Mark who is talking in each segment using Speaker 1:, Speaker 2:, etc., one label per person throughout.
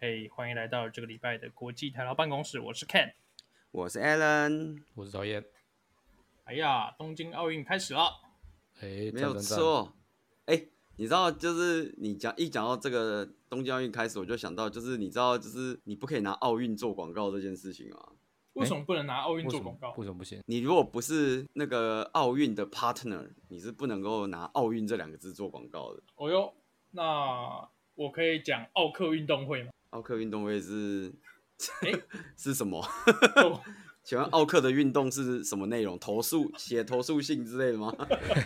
Speaker 1: 嘿、欢迎来到这个礼拜的国际台劳办公室，我是 Ken。
Speaker 2: 我是 Alan，
Speaker 3: 我是导演，
Speaker 1: 哎呀，东京奥运开始了，
Speaker 3: 哎，
Speaker 2: 没有
Speaker 3: 赞，
Speaker 2: 错。哎、你知道，就是你讲一讲到这个东京奥运开始，我就想到，就是你知道，就是你不可以拿奥运做广告这件事情啊。
Speaker 1: 为什么不能拿奥
Speaker 3: 赞
Speaker 1: 运
Speaker 3: 为
Speaker 1: 做
Speaker 3: 什么
Speaker 1: 广告？
Speaker 3: 为什么不行？
Speaker 2: 你如果不是那个奥运的 partner，你是不能够拿奥运这两个字做广告的。
Speaker 1: 哦哟，那我可以讲奥克运动 会吗？
Speaker 2: 奥克运动会是、
Speaker 1: 诶
Speaker 2: 是什么？
Speaker 1: 哦
Speaker 2: 请问奥克的运动是什么内容？投诉写投诉信之类的吗？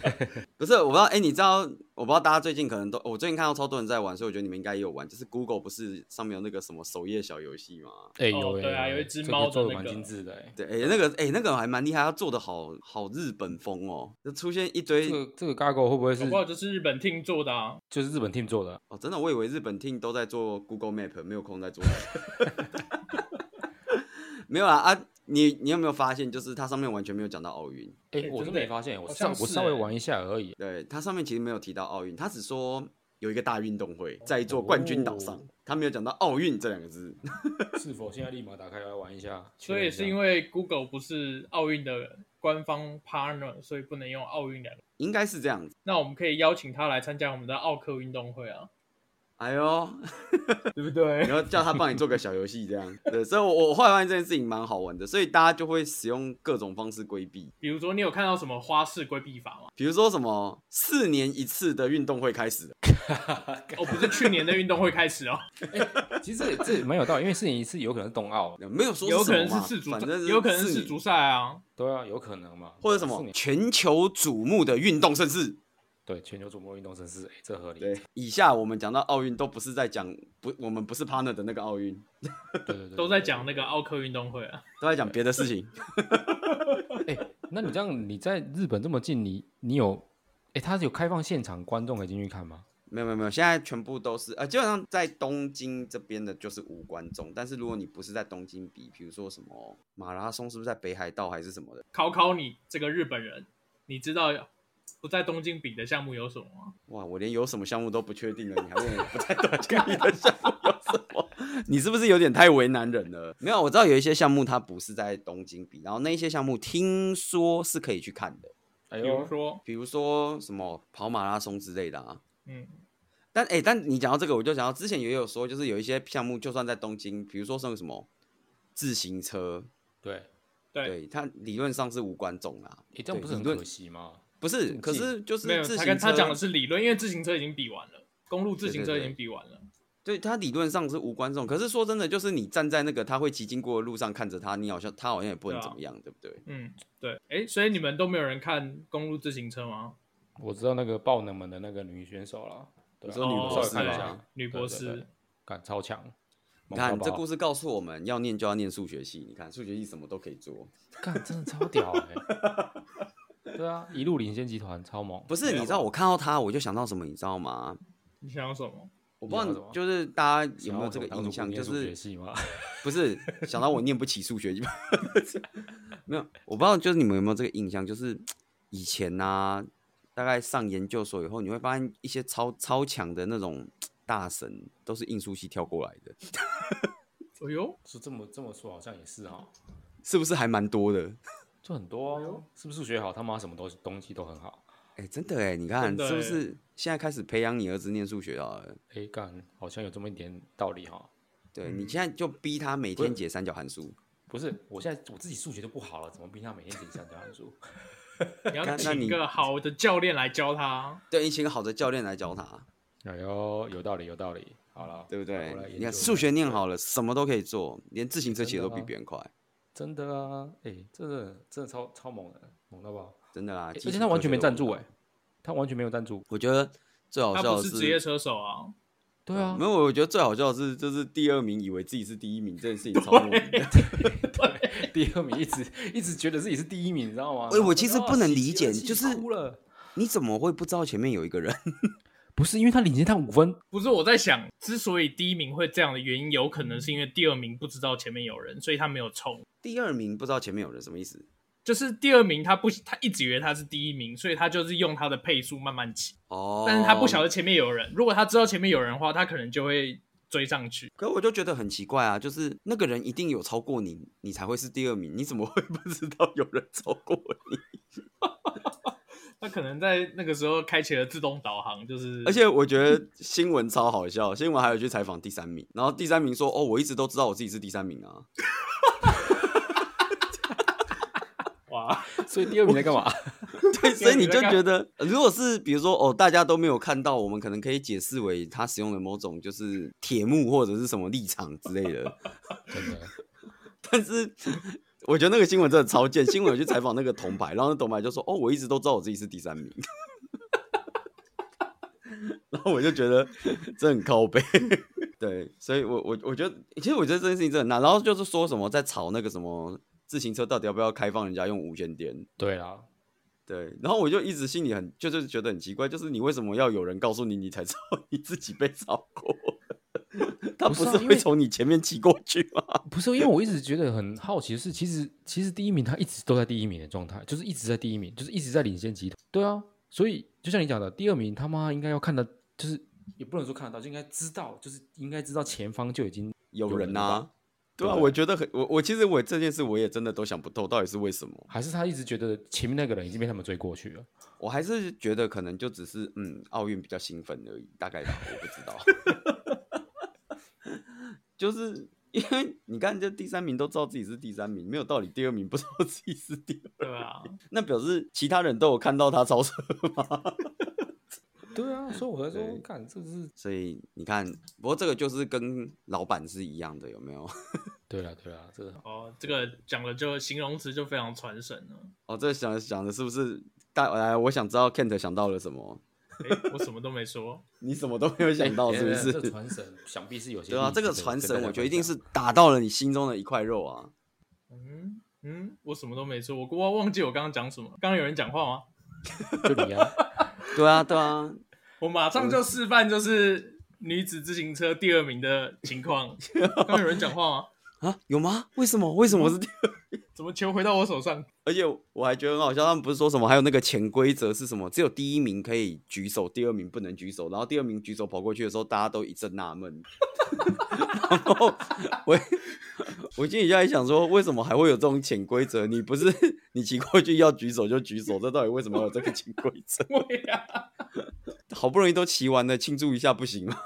Speaker 2: 不是，我不知道。哎、你知道？我不知道大家最近可能都，我最近看到超多人在玩，所以我觉得你们应该也有玩。就是 Google 不是上面有那个什么首页小游戏吗？
Speaker 3: 哎，
Speaker 1: 哦
Speaker 3: 有哎，
Speaker 1: 对啊
Speaker 3: 哎
Speaker 1: 有一只
Speaker 3: 这个
Speaker 1: 猫的
Speaker 3: 做的
Speaker 1: 那
Speaker 3: 蛮
Speaker 1: 个
Speaker 3: 精致的哎。
Speaker 2: 对， 哎、那个，哎、那个还蛮厉害，它做的好好日本风哦，就出现一堆
Speaker 3: 这个这个 Gago 会不会
Speaker 1: 搞
Speaker 3: 是
Speaker 1: 不好就是日本 team 做的啊。
Speaker 3: 就是日本 team 做的啊？
Speaker 2: 哦，真的，我以为日本 team 都在做 Google Map，没有空在做。 没有啦啊，你你有没有发现，就是它上面完全没有讲到奥运？
Speaker 1: 哎
Speaker 3: 哎，我
Speaker 1: 真
Speaker 3: 是
Speaker 1: 的
Speaker 3: 没
Speaker 1: 哎
Speaker 3: 发现，我
Speaker 1: 好
Speaker 3: 上
Speaker 1: 像
Speaker 3: 我
Speaker 1: 是
Speaker 3: 稍微
Speaker 1: 哎
Speaker 3: 玩一下而已。
Speaker 2: 对，它上面其实没有提到奥运，它只说有一个大运动会在一座冠军岛上
Speaker 3: 哦，
Speaker 2: 它没有讲到奥运这两个字。
Speaker 3: 是否现在立马打开来玩一下？
Speaker 1: 所以是因
Speaker 3: 为
Speaker 1: 为 Google 不是奥运的官方 partner，所以不能用奥运两个。
Speaker 2: 应该是这样子。
Speaker 1: 那我们可以邀请他来参加我们的奥克运动会啊，
Speaker 2: 哎呦，
Speaker 1: 对不对
Speaker 2: 你？要叫他帮你做个小游戏这样。对，所以我我后来发现这件事情蛮好玩的，所以大家就会使用各种方式规避，
Speaker 1: 比如说，你有看到什么花式规避法吗？
Speaker 2: 比如说什么四年一次的运动会开始了，
Speaker 1: 哦，不是去年的运动会开始哦，
Speaker 3: 其实这也蛮有道理，因为事情一次有可能是冬奥，
Speaker 2: 没有 说
Speaker 1: 有可
Speaker 2: 什么
Speaker 1: 能是
Speaker 2: 嘛
Speaker 1: 世足
Speaker 2: 反正，
Speaker 1: 有可能
Speaker 2: 四
Speaker 1: 是
Speaker 2: 年
Speaker 1: 足赛啊。
Speaker 3: 对啊，有可能嘛，
Speaker 2: 或者什
Speaker 3: 四
Speaker 2: 么
Speaker 3: 年
Speaker 2: 全球瞩目的运动盛事。
Speaker 3: 对全球瞩目运动城市，哎，这合理。
Speaker 2: 对，以下我们讲到奥运都不是在讲不，我们不是 partner 的那个奥运，
Speaker 3: 对对对对，
Speaker 1: 都在讲那个奥克运动会啊。
Speaker 2: 都在讲别的事情。
Speaker 3: 哎、那你这样你在日本这么近，你你有哎、他是有开放现场观众可以进去看吗？
Speaker 2: 没有没有没有，现在全部都是呃，基本上在东京这边的就是无关中，但是如果你不是在东京比，比如说什么马拉松，是不是在北海道还是什么的？
Speaker 1: 考考你这个日本人，你知道不在东京比的项目有什么吗？
Speaker 2: 哇，我连有什么项目都不确定了，你还问我不在东京比的项目有什么？ 你是不是有点太为难人了？没有，我知道有一些项目它不是在东京比，然后那一些项目听说是可以去看的，
Speaker 3: 哎
Speaker 1: 比如说，
Speaker 2: 比如说什么跑马拉松之类的啊。
Speaker 1: 嗯，
Speaker 2: 但哎、欸但你讲到这个，我就想到之前也有说，就是有一些项目，就算在东京，比如说像什么自行车，
Speaker 3: 对，
Speaker 1: 对，
Speaker 2: 对，它理论上是无观众啦。
Speaker 3: 哎、这样不是
Speaker 2: 对
Speaker 3: 很
Speaker 2: 理论
Speaker 3: 可惜吗？
Speaker 2: 不是，可是就是
Speaker 1: 没有，
Speaker 2: 自
Speaker 1: 他
Speaker 2: 行
Speaker 1: 跟
Speaker 2: 车，
Speaker 1: 他讲的是理论，因为自行车已经比完了，公路自行
Speaker 2: 对
Speaker 1: 车
Speaker 2: 对
Speaker 1: 已
Speaker 2: 对
Speaker 1: 经比完了。
Speaker 2: 对它理论上是无观众。可是说真的，就是你站在那个他会骑经过的路上看着他，你好像他好像也不
Speaker 1: 对
Speaker 2: 能
Speaker 1: 啊
Speaker 2: 怎么样，对不对？
Speaker 1: 嗯，对，哎，所以你们都没有人看公路自行车吗？
Speaker 3: 我知道那个爆冷门的那个女选手啦，对
Speaker 2: 你
Speaker 3: 啊
Speaker 2: 说女
Speaker 1: 哦
Speaker 2: 博士啊
Speaker 3: 稍微看
Speaker 2: 吗
Speaker 3: 一下，
Speaker 1: 女
Speaker 3: 对
Speaker 1: 博
Speaker 3: 对
Speaker 1: 士
Speaker 3: 对干超强。
Speaker 2: 你看这故
Speaker 3: 事，
Speaker 2: 事告诉我们要念就要念数学系，你看数学系什么都可以做。
Speaker 3: 干真的超屌 哎、对啊，一路领先集团超猛。
Speaker 2: 不是，你知
Speaker 3: 啊
Speaker 2: 道我看到他我就想到什么，你知道吗？
Speaker 1: 你想要什么？
Speaker 2: 我不知
Speaker 3: 你想到什
Speaker 2: 道，
Speaker 3: 么
Speaker 2: 就是大家有
Speaker 3: 想
Speaker 2: 没有
Speaker 3: 到
Speaker 2: 这个
Speaker 3: 我当初
Speaker 2: 印
Speaker 3: 不
Speaker 2: 象，
Speaker 3: 念
Speaker 2: 就
Speaker 3: 数
Speaker 2: 是
Speaker 3: 学 系吗？
Speaker 2: 不是想到我念不起数学， 没有，我不知道，就是你们有没有这个印象，就是以前呐、大概上研究所以后，你会发现一些超超强的那种大神都是印数系跳过来的，
Speaker 1: 哦 哟，
Speaker 3: 是这么这么说，好像也是哈、
Speaker 2: 哎是不是还蛮多的？
Speaker 3: 就很多、啊，是不是数学好，他妈什么东西东西都很好？
Speaker 2: 哎、真的哎，你看
Speaker 1: 真的
Speaker 2: 是
Speaker 1: 欸
Speaker 2: 不是现在开始培养你儿子念数学啊？
Speaker 3: 哎、干，好像有这么一点道理哈。
Speaker 2: 对
Speaker 3: 嗯
Speaker 2: 你现在就逼他每天解三角函数，
Speaker 3: 不是，我现在我自己数学都不好了，怎么逼他每天自己上交 函数？
Speaker 1: 你要
Speaker 2: 那
Speaker 1: 请一
Speaker 2: 你
Speaker 1: 个好的教练来教他。
Speaker 2: 对你请个好的教练来教他，
Speaker 3: 哎呦，有道理，有道理。好了，
Speaker 2: 对不
Speaker 3: 我
Speaker 2: 对
Speaker 3: 来研？究
Speaker 2: 你看
Speaker 3: 一下
Speaker 2: 数学念好了，什么都可以做，连自行车骑得都比
Speaker 3: 真的啊
Speaker 2: 别人快，
Speaker 3: 真的啊，哎、真的真的超超猛的，猛到爆！
Speaker 2: 真的啦！
Speaker 3: 哎
Speaker 2: 基
Speaker 3: 而
Speaker 2: 础
Speaker 3: 且他完
Speaker 2: 科
Speaker 3: 全
Speaker 2: 学
Speaker 3: 没
Speaker 2: 都
Speaker 3: 赞
Speaker 2: 不
Speaker 3: 助
Speaker 2: 懂
Speaker 3: 哎、他完全没有赞助。
Speaker 2: 我觉得最好
Speaker 1: 他
Speaker 2: 笑
Speaker 1: 不
Speaker 2: 的
Speaker 1: 是职业车手啊，
Speaker 3: 对啊
Speaker 2: 没，有，我觉得最好笑的是，就是第二名以为自己是第一名这件事情超莫名的。
Speaker 3: 第二名一直一直觉得自己是第一名，你知道吗？
Speaker 2: 哎我其实
Speaker 3: 然后
Speaker 2: 不能
Speaker 3: 气
Speaker 2: 理解
Speaker 3: 气
Speaker 2: 就是
Speaker 3: 哭了，
Speaker 2: 你怎么会不知道前面有一个人？
Speaker 3: 不是因为他领先他五 分，
Speaker 1: 不是我在想，之所以第一名会这样的原因，有可能是因为第二名不知道前面有人，所以他没有冲。
Speaker 2: 第二名不知道前面有人，什么意思？
Speaker 1: 就是第二名，他不他一直以为他是第一名，所以他就是用他的配速慢慢骑，
Speaker 2: 哦，
Speaker 1: 但是他不晓得前面有人。如果他知道前面有人的话，他可能就会追上去。
Speaker 2: 可我就觉得很奇怪啊，就是那个人一定有超过你，你才会是第二名，你怎么会不知道有人超过你？
Speaker 1: 他可能在那个时候开启了自动导航，就是
Speaker 2: 而且我觉得新闻超好笑，新闻还有去采访第三名，然后第三名说：“哦，我一直都知道我自己是第三名啊。
Speaker 1: 哇，
Speaker 3: 所以第二名在干嘛？”
Speaker 2: 对， 所以你就觉得，呃如果是比如说哦，大家都没有看到，我们可能可以解释为他使用了某种就是铁幕或者是什么立场之类的。
Speaker 3: 真的，
Speaker 2: 但是我觉得那个新闻真的超贱，新闻有去采访那个铜牌，然后那铜牌就说：“哦，我一直都知道我自己是第三名。” 然后我就觉得这很靠背， 对，所以我我我觉得，其实我觉得这件事情真的很难。然后就是说什么在吵那个什么自行车到底要不要开放人家用无线电，
Speaker 3: 对啊啦，
Speaker 2: 对，然后我就一直心里很就是觉得很奇怪，就是你为什么要有人告诉你你才知道你自己被超过？ 他
Speaker 3: 不
Speaker 2: 不
Speaker 3: 是啊
Speaker 2: 是
Speaker 3: 因
Speaker 2: 会
Speaker 3: 为
Speaker 2: 从你前面骑过去吗？
Speaker 3: 啊不是，因为我一直觉得很好奇的是，其实其实第一名他一直都在第一名的状态，就是一直在第一名，就是一直在领先集团。对啊，所以就像你讲的，第二名他妈应该要看得，就是也不能说看得到，就应该知道，就是应该知道前方就已经
Speaker 2: 有
Speaker 3: 有
Speaker 2: 人
Speaker 3: 人
Speaker 2: 呐、
Speaker 3: 的吧
Speaker 2: 对啊，
Speaker 3: 对
Speaker 2: 我觉得很，我我其实我这件事我也真的都想不透，到底是为什么？
Speaker 3: 还是他一直觉得前面那个人已经被他们追过去了。
Speaker 2: 我还是觉得可能就只是嗯，奥运比较兴奋而已，大概吧，我不知道。 就是因为你看，这第三名都知道自己是第三名，没有道理第二名不知道自己是第二，
Speaker 1: 对啊，
Speaker 2: 那表示其他人都有看到他超车吗？
Speaker 3: 对啊，所以我在说
Speaker 2: 对，
Speaker 3: 看这是
Speaker 2: 所以你看，不过这个就是跟老板是一样的，有没有？
Speaker 3: 对了对了，这个
Speaker 1: 哦，这个讲了就形容词就非常传神了。
Speaker 2: 哦，这想想的是不是大？来，我想知道 Kent 想到了什么。
Speaker 1: 诶，我什么都没说，
Speaker 2: 你什么都没有想到，哦是不是？
Speaker 3: 哎这传神想必是有 些
Speaker 2: 对啊，
Speaker 3: 例子
Speaker 2: 这个
Speaker 3: 的
Speaker 2: 传
Speaker 3: 在
Speaker 2: 神，我
Speaker 3: 大家
Speaker 2: 觉得一定
Speaker 3: 分享
Speaker 2: 是打到了你心中的一块肉啊。
Speaker 1: 嗯嗯，我什么都没说，我我忘记我刚刚讲什么。刚刚有人讲话吗？
Speaker 3: 就你啊，
Speaker 2: 对啊，对啊，
Speaker 1: 我马上就示范，就是女子自行车第二名的情 况。刚刚有人讲话吗？
Speaker 2: 啊，有吗？为什么？为什么是第二？
Speaker 1: 怎么球回到我手上？
Speaker 2: 而且我还觉得很好笑，他们不是说什么还有那个潜规则是什么？只有第一名可以举手，第二名不能举手。然后第二名举手跑过去的时候，大家都一阵纳 闷。然后我我心里就在想说，为什么还会有这种潜规则？你不是你骑过去要举手就举手，这到底为什么要有这个潜规则？
Speaker 1: 对呀、
Speaker 2: 好不容易都骑完了，庆祝一下不行吗？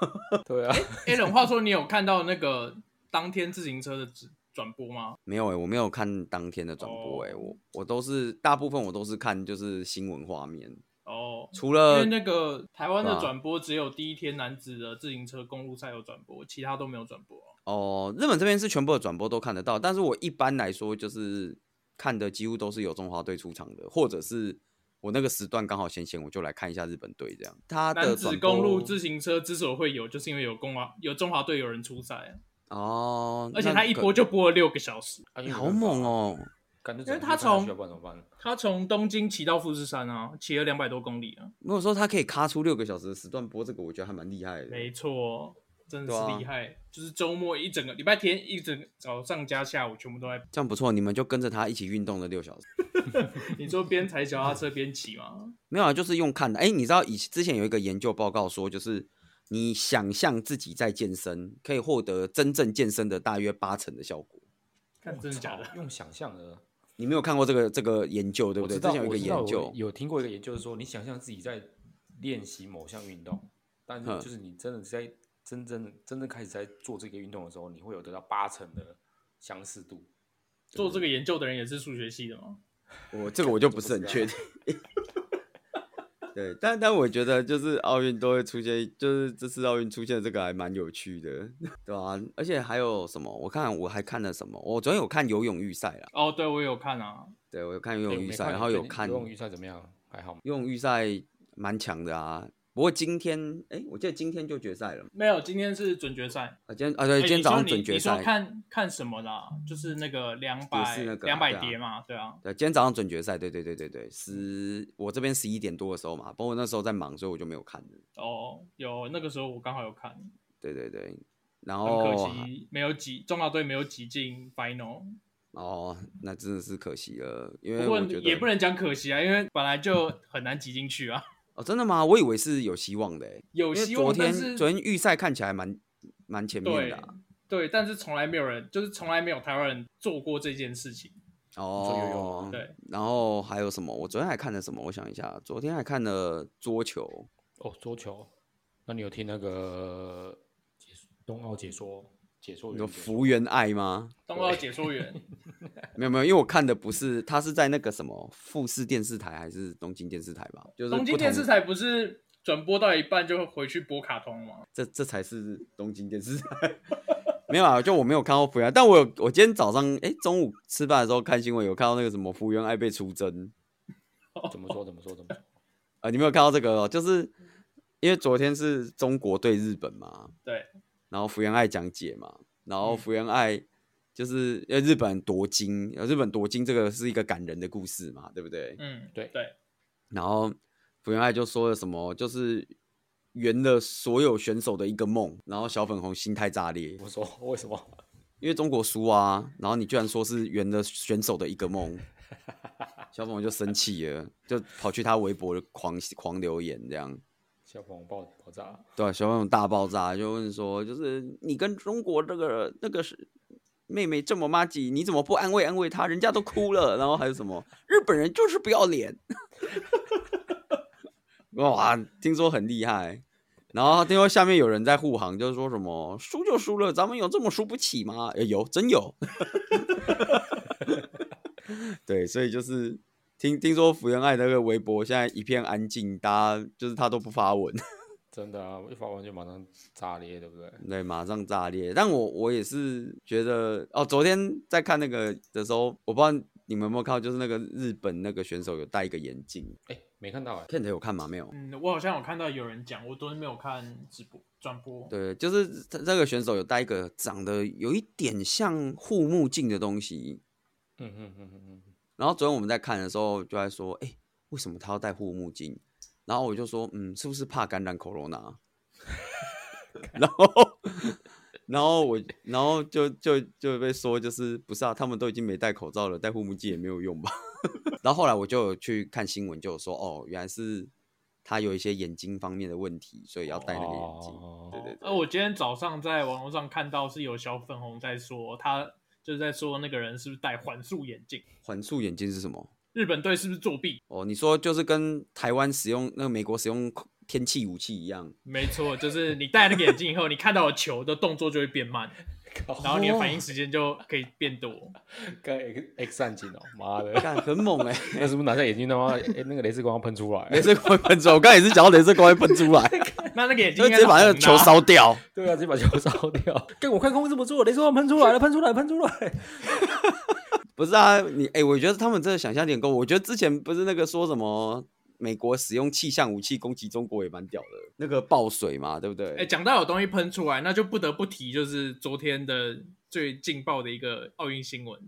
Speaker 3: 对啊，
Speaker 1: a l 话说你有看到那个当天自行车的直转播吗？
Speaker 2: 没有哎、我没有看当天的转播哎、
Speaker 1: 哦
Speaker 2: 我我都是大部分我都是看就是新闻画面，
Speaker 1: 哦，
Speaker 2: 除
Speaker 1: 因
Speaker 2: 了
Speaker 1: 为那个台湾
Speaker 2: 对
Speaker 1: 的
Speaker 2: 啊
Speaker 1: 转播只有第一天男子的自行车公路赛有转播，其他都没有转播、
Speaker 2: 哦、日本这边是全部的转播都看得到，但是我一般来说就是看的几乎都是有中华队出场的，或者是我那个时段刚好闲闲，我就来看一下日本队这样。他的
Speaker 1: 男子
Speaker 2: 转
Speaker 1: 公路
Speaker 2: 播
Speaker 1: 自行车之所以会有，就是因为有中华有中华队有人出赛啊，
Speaker 2: 哦，
Speaker 1: 而且
Speaker 2: 那
Speaker 1: 他一
Speaker 2: 个
Speaker 1: 播就播了六个小时。
Speaker 3: 啊
Speaker 2: 哎好猛，哦、
Speaker 3: 感觉
Speaker 1: 因为
Speaker 3: 只能
Speaker 1: 他
Speaker 3: 看下
Speaker 1: 从
Speaker 3: 去要不然怎么办？
Speaker 1: 他从东京骑到富士山啊，骑了两百多公里啊，
Speaker 2: 如果说他可以卡出六个小时的时段播这个，我觉得还蛮厉害的。
Speaker 1: 没错，真的
Speaker 2: 对
Speaker 1: 是
Speaker 2: 啊
Speaker 1: 厉害。就是周末一整个礼拜天一整个早上加下午全部都在，
Speaker 2: 这样不错，你们就跟着他一起运动了六小时。
Speaker 1: 你说边踩脚踏车边骑吗？
Speaker 2: 没有啊，就是用看的。哎，你知道以之前有一个研究报告说，就是你想象自己在健身，可以获得真正健身的大约八成的效果。
Speaker 1: 看 真的假
Speaker 3: 我
Speaker 1: 的？
Speaker 3: 操用想象的，
Speaker 2: 你没有看过这个这个研究，对不
Speaker 3: 我
Speaker 2: 对？
Speaker 3: 知
Speaker 2: 之前有
Speaker 3: 道，
Speaker 2: 一
Speaker 3: 我
Speaker 2: 个
Speaker 3: 知道
Speaker 2: 研
Speaker 3: 我
Speaker 2: 究，
Speaker 3: 有听过一个研究，是说你想象自己在练习某项运动，但是
Speaker 2: 哼
Speaker 3: 就是你真的是在真正真正开始在做这个运动的时候，你会有得到八成的相似度。
Speaker 1: 做这个研究的人也是数学系的吗？
Speaker 2: 我这个我就不是很
Speaker 3: 啊
Speaker 2: 确定。 对，但但我觉得就是奥运都会出现，就是这次奥运出现这个还蛮有趣的，对吧、而且还有什么？我看我还看了什么？我昨天有看游泳预赛啦，
Speaker 1: 哦，对，我有看啊。
Speaker 2: 对我有看游泳
Speaker 3: 哎我
Speaker 2: 预
Speaker 3: 没
Speaker 2: 赛，
Speaker 3: 看
Speaker 2: 然后
Speaker 3: 最
Speaker 2: 有
Speaker 3: 近
Speaker 2: 看
Speaker 3: 游泳预赛怎么样？还好吗？
Speaker 2: 游泳预赛蛮强的啊。不过今天，哎、我记得今天就决赛了嘛
Speaker 1: 没有，今天是准决赛。
Speaker 2: 啊，今天啊，对，
Speaker 1: 哎
Speaker 2: 今天早上
Speaker 1: 你说
Speaker 2: 准
Speaker 1: 你
Speaker 2: 决
Speaker 1: 你说
Speaker 2: 赛，
Speaker 1: 看看什么啦？就是那个两
Speaker 2: 也
Speaker 1: 百
Speaker 2: 是那个啊
Speaker 1: 两百
Speaker 2: 对啊
Speaker 1: 叠嘛，对啊。嗯
Speaker 2: 对，今天早上准决赛，对对对对对，十我这边十一点多的时候嘛，不过我那时候在忙，所以我就没有看了。
Speaker 1: 哦，有那个时候我刚好有看，
Speaker 2: 对对对，然
Speaker 1: 很可
Speaker 2: 后
Speaker 1: 惜没有挤，中华队没有挤进 final。
Speaker 2: 哦，那真的是可惜了，因
Speaker 1: 不
Speaker 2: 为
Speaker 1: 过
Speaker 2: 我觉得
Speaker 1: 也不能讲可惜啊，因为本来就很难挤进去啊。
Speaker 2: 哦，真的吗？我以为是有希望的欸，
Speaker 1: 有
Speaker 2: 因为
Speaker 1: 希望，
Speaker 2: 昨
Speaker 1: 但
Speaker 2: 天
Speaker 1: 是
Speaker 2: 昨天预赛看起来蛮蛮前面
Speaker 1: 对
Speaker 2: 的啊、
Speaker 1: 对，但是从来没有人，就是从来没有台湾人做过这件事情。
Speaker 3: 左右右
Speaker 2: 哦
Speaker 3: 啊。
Speaker 1: 对，
Speaker 2: 然后还有什么？我昨天还看了什么？我想一下，昨天还看了桌球，
Speaker 3: 哦，桌球，那你有听那个解说冬奥解说解说
Speaker 2: 你
Speaker 3: 员
Speaker 2: 说
Speaker 3: 解说
Speaker 2: 福原爱吗？
Speaker 1: 冬奥解说员，
Speaker 2: 没有没有，因为我看的不是，他是在那个什么富士电视台还是东京电视台吧？就是
Speaker 1: 东京
Speaker 2: 不
Speaker 1: 电
Speaker 2: 同
Speaker 1: 视台不是转播到一半就会回去播卡通吗？
Speaker 2: 这这才是东京电视台。 没有啊，就我没有看到福原爱，但我有，我今天早上哎中午吃饭的时候看新闻，有看到那个什么福原爱被出征
Speaker 3: 怎么说怎么说怎么说？
Speaker 2: 啊、呃你没有看到这个哦？就是因为昨天是中国对日本嘛，
Speaker 1: 对，
Speaker 2: 然后福原爱讲解嘛，然后
Speaker 1: 嗯
Speaker 2: 福原爱就是因为日本夺金，呃日本夺金这个是一个感人的故事嘛，对不对？
Speaker 1: 嗯，
Speaker 3: 对
Speaker 1: 对，
Speaker 2: 然后福原爱就说了什么，就是圆了所有选手的一个梦，然后小粉红心态炸裂，
Speaker 3: 我说为什么？
Speaker 2: 因为中国输啊，然后你居然说是圆了选手的一个梦，小粉红就生气了，就跑去他微博的狂狂留言这样。
Speaker 3: 小粉红爆爆炸，
Speaker 2: 对，啊小朋友大爆炸，就问说，就是你跟中国这个那个是妹妹这么妈鸡，你怎么不安慰安慰她？人家都哭了，然后还有什么日本人就是不要脸， 哇，听说很厉害。然后听说下面有人在护航，就是说什么输就输了，咱们有这么输不起吗？诶有，真有。 对，所以就是听听说福原爱那个微博现在一片安静，大家就是他都不发文。
Speaker 3: 真的啊！我一发完就马上炸裂，对不对？
Speaker 2: 对，马上炸裂。但我我也是觉得，哦，昨天在看那个的时候，我不知道你们有没有看到，就是那个日本那个选手有戴一个眼镜
Speaker 3: 哎、没看到哎、
Speaker 2: ，Kent 有看吗？没有。
Speaker 1: 嗯，我好像有看到有人讲，我昨天没有看直播转播，
Speaker 2: 对，就是这这个选手有戴一个长得有一点像护目镜的东西。
Speaker 3: 嗯嗯嗯嗯嗯，
Speaker 2: 然后昨天我们在看的时候，就在说，哎、为什么他要戴护目镜？然后我就说，嗯，是不是怕感染 corona？然后，然后我，然后就就就被说，就是不是啊？他们都已经没戴口罩了，戴护目镜也没有用吧？ 然后后来我就有去看新闻，就有说，哦，原来是他有一些眼睛方面的问题，所以要戴那个眼镜。
Speaker 3: 哦
Speaker 2: 对对对，
Speaker 1: 呃而我今天早上在网络上看到是有小粉红在说，他就是在说那个人是不是戴环素眼镜，
Speaker 2: 环素眼镜是什么？
Speaker 1: 日本队是不是作弊？
Speaker 2: 哦，你说就是跟台湾使用那个美国使用天气武器一样，
Speaker 1: 没错，就是你戴那个眼镜以后，你看到的球的动作就会变慢，
Speaker 3: 靠，
Speaker 1: 然后你
Speaker 2: 哦
Speaker 1: 的反应时间就可以变多。
Speaker 3: 跟 X X 战警哦，妈的，
Speaker 2: 干很猛哎、
Speaker 3: 那是不是拿下眼镜的话，哎、那个镭射光要喷出来？
Speaker 2: 镭射光会喷出来，我刚才也是讲到镭射光会喷出来，
Speaker 1: 那那个眼镜
Speaker 2: 就
Speaker 1: 应
Speaker 2: 直
Speaker 1: 该是
Speaker 2: 接把那个
Speaker 1: 红的
Speaker 2: 球
Speaker 1: 啊
Speaker 2: 烧掉。
Speaker 3: 对啊，直接把球烧 掉。跟我看控制不住，镭射光喷出来了，喷出来，喷出来。
Speaker 2: 不是啊，你哎、我觉得他们真的想象点够。我觉得之前不是那个说什么美国使用气象武器攻击中国也蛮屌的，那个爆水嘛，对不对？
Speaker 1: 哎、讲到有东西喷出来，那就不得不提，就是昨天的最劲爆的一个奥运新闻，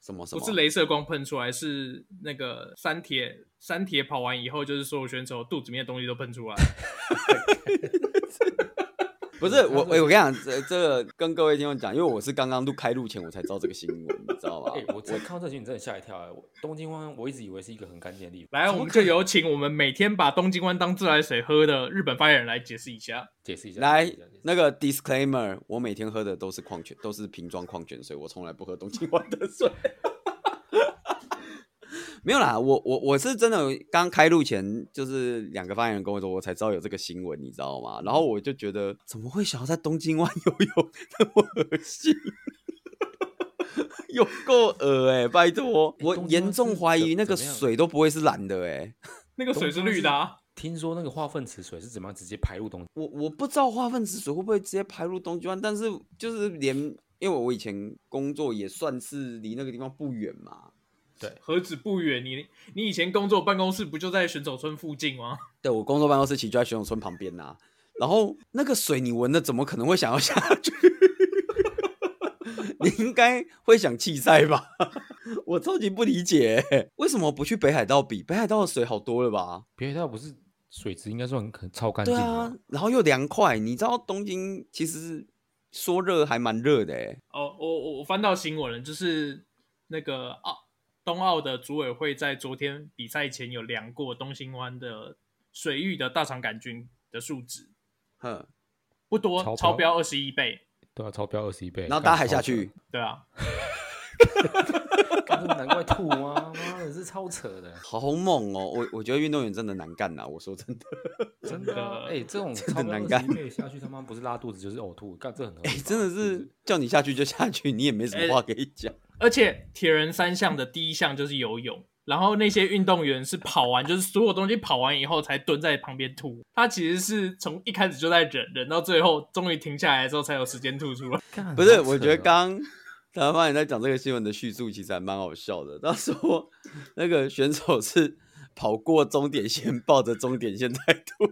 Speaker 2: 什么什
Speaker 1: 不
Speaker 2: 么？
Speaker 1: 是镭射光喷出来，是那个三铁三铁跑完以后，就是所有选手肚子里面的东西都喷出来。
Speaker 2: 不是
Speaker 1: 嗯
Speaker 2: 我，哎、我跟你讲，这这个跟各位听众讲，因为我是刚刚录开录前我才知道这个新闻，你知道吧
Speaker 3: 哎、？我真看到这群真的吓一跳哎、我东京湾我一直以为是一个很干净的地方，
Speaker 1: 来，我们就有请我们每天把东京湾当自来水喝的日本发言人来解释一下。
Speaker 3: 解释一下。
Speaker 2: 来
Speaker 3: 解释一下解释一下
Speaker 2: 那个 disclaimer，我每天喝的都是矿泉，都是瓶装矿泉水，我从来不喝东京湾的水。 没有啦，我我我是真的刚开录前，就是两个发言人跟我说，我才知道有这个新闻，你知道
Speaker 3: 嗯
Speaker 2: 吗？然后我就觉得，怎么会想要在东京湾游泳？那么恶心， 有够恶哎、拜托！我
Speaker 3: 欸东京湾
Speaker 2: 严重怀疑
Speaker 3: 是
Speaker 2: 那个
Speaker 3: 怎么样
Speaker 2: 水都不会是蓝的哎、
Speaker 1: 那个水是绿的、啊，
Speaker 3: 听说那个化粪池水是怎么样直接排入东京？
Speaker 2: 我我不知道化粪池水会不会直接排入东京湾，但是就是连因为我以前工作也算是离那个地方不远嘛，
Speaker 1: 何止不远？你你以前工作办公室不就在选手村附近吗？
Speaker 2: 对我工作办公室其实就在选手村旁边呐、然后那个水你闻了，怎么可能会想要下去？ 你应该会想弃赛吧？ 我超级不理解、为什么不去北海道比？北海道的水好多了吧？
Speaker 3: 北海道不是水质应该算很超干净
Speaker 2: 对
Speaker 3: 的
Speaker 2: 啊
Speaker 3: 吗？，
Speaker 2: 然后又凉快。你知道东京其实说热还蛮热的、欸，
Speaker 1: 哦，我我我翻到新闻了，就是那个奥冬奥的组委会在昨天比赛前有量过东兴湾的水域的大肠杆菌的数值，
Speaker 2: 哼，
Speaker 1: 不多，
Speaker 3: 超标
Speaker 1: 超标二十一倍。
Speaker 3: 对啊，超标二十一倍，
Speaker 2: 然后大家还下去，
Speaker 1: 对啊，
Speaker 3: 干，干难怪吐啊！妈的，是超扯的，
Speaker 2: 好猛哦！我我觉得运动员真的难干呐、我说真的，
Speaker 3: 真
Speaker 1: 的
Speaker 3: 的啊。哎，这种
Speaker 2: 的
Speaker 3: 超标
Speaker 2: 难
Speaker 3: 二
Speaker 2: 干
Speaker 3: 十一倍下去，他妈不是拉肚子 就是呕吐，干这很合 理
Speaker 2: 哎、
Speaker 3: 吧
Speaker 2: 真的是叫你下去就下去，你也没
Speaker 3: 哎
Speaker 2: 什么话可以 讲。
Speaker 1: 而且铁人三项的第一项就是游泳，然后那些运动员是跑完，就是所有东西跑完以后才蹲在旁边吐。他其实是从一开始就在忍，忍到最后终于停下来的时候才有时间吐出来。
Speaker 3: 干
Speaker 2: 不是，
Speaker 3: 好扯
Speaker 2: 我觉得
Speaker 3: 哦
Speaker 2: 刚台湾你在讲这个新闻的叙述，其实还蛮好笑的。他说那个选手是跑过终点线，抱着终点线在吐。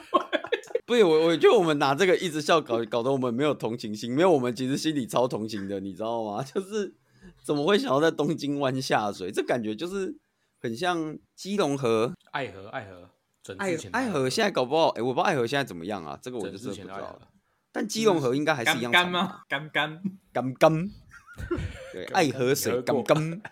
Speaker 2: 不是我，我觉得我们拿这个一直笑搞，搞得我们没有同情心，没有，我们其实心里超同情的，你知道吗？ 就是怎么会想要在东京湾下水？这感觉就是很像基隆河、
Speaker 3: 爱河，爱河，整
Speaker 2: 爱
Speaker 3: 之前的
Speaker 2: 爱河现在搞不好，哎、我不知道爱河现在怎么样啊，这个我
Speaker 3: 整
Speaker 2: 就
Speaker 3: 之
Speaker 2: 是不
Speaker 3: 前
Speaker 2: 知
Speaker 3: 的爱河
Speaker 2: 道。但基隆河应该还是
Speaker 1: 干
Speaker 2: 一样
Speaker 1: 干
Speaker 2: 长吧
Speaker 1: 吗？干干
Speaker 2: 干 干，对，爱喝水
Speaker 3: 干
Speaker 2: 干
Speaker 3: 干
Speaker 2: 干。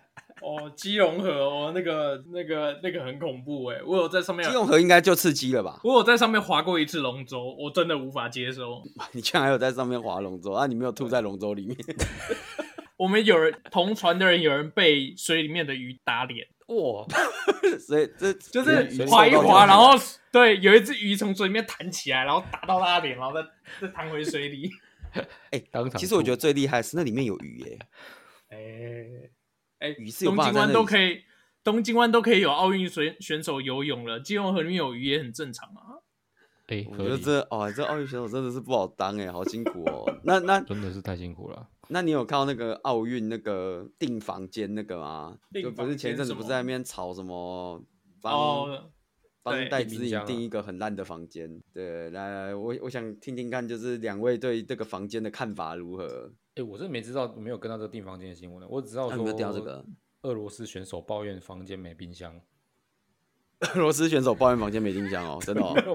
Speaker 1: 哦，基隆河哦，那个那个那个很恐怖哎、我有在上面
Speaker 2: 基，隆河应该就刺激了吧？
Speaker 1: 我有在上面划过一次龙舟，我真的无法接受。
Speaker 2: 你居然还有在上面划龙舟啊？你没有吐在龙舟里面？
Speaker 1: 我们有人同船的人有人被水里面的鱼打脸，
Speaker 3: 哇，
Speaker 2: 所以这就
Speaker 1: 就是
Speaker 3: 鱼
Speaker 1: 划一
Speaker 3: 受到
Speaker 1: 划，
Speaker 3: 影响
Speaker 1: 然后对，有一只鱼从水里面弹起来，然后打到他的脸，然后再再弹回水 里。
Speaker 3: 当场
Speaker 2: 其实我觉得
Speaker 3: 吐
Speaker 2: 最厉害是那里面有鱼耶、
Speaker 1: 哎哎，
Speaker 2: 鱼是有
Speaker 1: 东
Speaker 2: 办
Speaker 1: 京
Speaker 2: 法在
Speaker 1: 湾
Speaker 2: 那
Speaker 1: 都
Speaker 2: 里。
Speaker 1: 可以，东京湾都可以有奥运选选手游泳了，基隆河里面有鱼也很正常啊。
Speaker 3: 哎，
Speaker 2: 我
Speaker 3: 合
Speaker 2: 觉得
Speaker 3: 理，
Speaker 2: 这哦，这奥运选手真的是不好当哎、好辛苦哦。那那
Speaker 3: 真的是太辛苦了。
Speaker 2: 那你有看到那个奥运那个订房间那个吗？
Speaker 1: 订
Speaker 2: 就不是
Speaker 1: 房
Speaker 2: 前
Speaker 1: 间
Speaker 2: 阵子
Speaker 1: 什
Speaker 2: 不是
Speaker 1: 么
Speaker 2: 在那边吵什么帮、
Speaker 1: 哦，
Speaker 2: 帮
Speaker 1: 对
Speaker 2: 戴
Speaker 3: 移民
Speaker 2: 资颖
Speaker 3: 江
Speaker 2: 订
Speaker 3: 啊
Speaker 2: 一个很烂的房间。对，来来，我我想听听看，就是两位对这个房间的看法如何？
Speaker 3: 哎，我真的没知道，没有跟到这订房间的新闻呢。我只知道
Speaker 2: 啊
Speaker 3: 说
Speaker 2: 你没有听到这个
Speaker 3: 俄罗斯选手抱怨房间没冰箱，
Speaker 2: 俄罗斯选手抱怨房间没冰箱哦，真的哦
Speaker 3: 没。有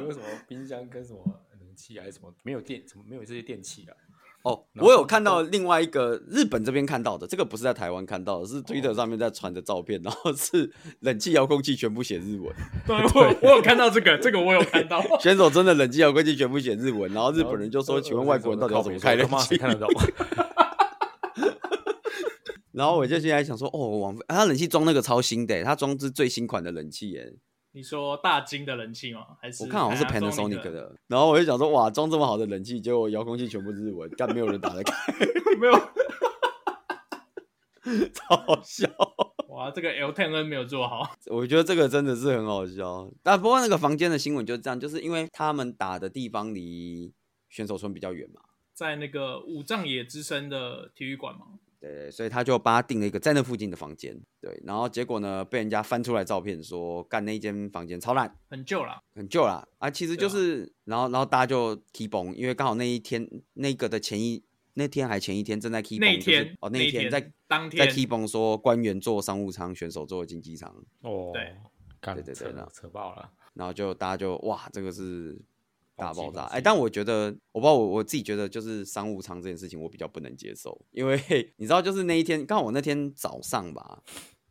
Speaker 3: 没有什么冰箱跟什么冷气还是什么，没有电，怎么没有这些电器啊？
Speaker 2: 哦，
Speaker 3: 然
Speaker 2: 我
Speaker 3: 后
Speaker 2: 有看到另外一个日本这边看到的，这个不是在台湾看到的，是 Twitter 上面在传的照片，然后是冷气遥控器全部写日文，
Speaker 1: 对我 我有看到这个，这个我有看 到。
Speaker 2: 选手真的冷气遥控器全部写日文，然后日
Speaker 3: 然后
Speaker 2: 本人就
Speaker 3: 俄
Speaker 2: 说，
Speaker 3: 俄
Speaker 2: 请问
Speaker 3: 罗
Speaker 2: 外
Speaker 3: 斯
Speaker 2: 国人到
Speaker 3: 选
Speaker 2: 底要怎
Speaker 3: 手
Speaker 2: 么开冷
Speaker 3: 靠北
Speaker 2: 气
Speaker 3: 谁？他妈谁看得 到？
Speaker 2: 然后我就现在想说，哦，王菲，啊他冷气装那个超新的，他装是最新款的冷气耶，
Speaker 1: 你说大金的人气吗？还是哎
Speaker 2: 我看好像是
Speaker 1: Panasonic
Speaker 2: Panasonic 的，然后我就想说，哇，装这么好的冷气，结果遥控器全部日文，但没有人打得 开，
Speaker 1: 没有？
Speaker 2: 超好笑。
Speaker 1: 哇，这个 L Ten N 没有做好。
Speaker 2: 我觉得这个真的是很好笑。但不过那个房间的新闻就是这样，就是因为他们打的地方离选手村比较远嘛，
Speaker 1: 在那个五藏野之森的体育馆吗？
Speaker 2: 对，所以他就帮他订了一个在那附近的房间。对，然后结果呢，被人家翻出来照片说，干那间房间超烂，
Speaker 1: 很旧啦，
Speaker 2: 很旧啦啊，其实就是，然后然后大家就 keep on，因为刚好那一天那个的前一那天还前一天正在 keep on，、
Speaker 1: 那一
Speaker 2: 就是
Speaker 1: 天
Speaker 2: 哦那一
Speaker 1: 一天
Speaker 2: 在。
Speaker 1: 当
Speaker 2: 在
Speaker 1: 天
Speaker 2: keep on 说官员坐商务舱，选手坐经济舱，
Speaker 3: 哦，
Speaker 1: 对，
Speaker 3: 干
Speaker 2: 对对对
Speaker 3: 扯
Speaker 2: 那
Speaker 3: 扯爆了。
Speaker 2: 然后就大家就哇，这个是大
Speaker 3: 暴
Speaker 2: 爆
Speaker 3: 击
Speaker 2: 炸！
Speaker 3: 暴
Speaker 2: 哎、
Speaker 3: 击
Speaker 2: 但我觉得，我不知道我我自己觉得，就是商务舱这件事情，我比较不能接受，因为 你知道，就是那一天，刚好我那天早上吧，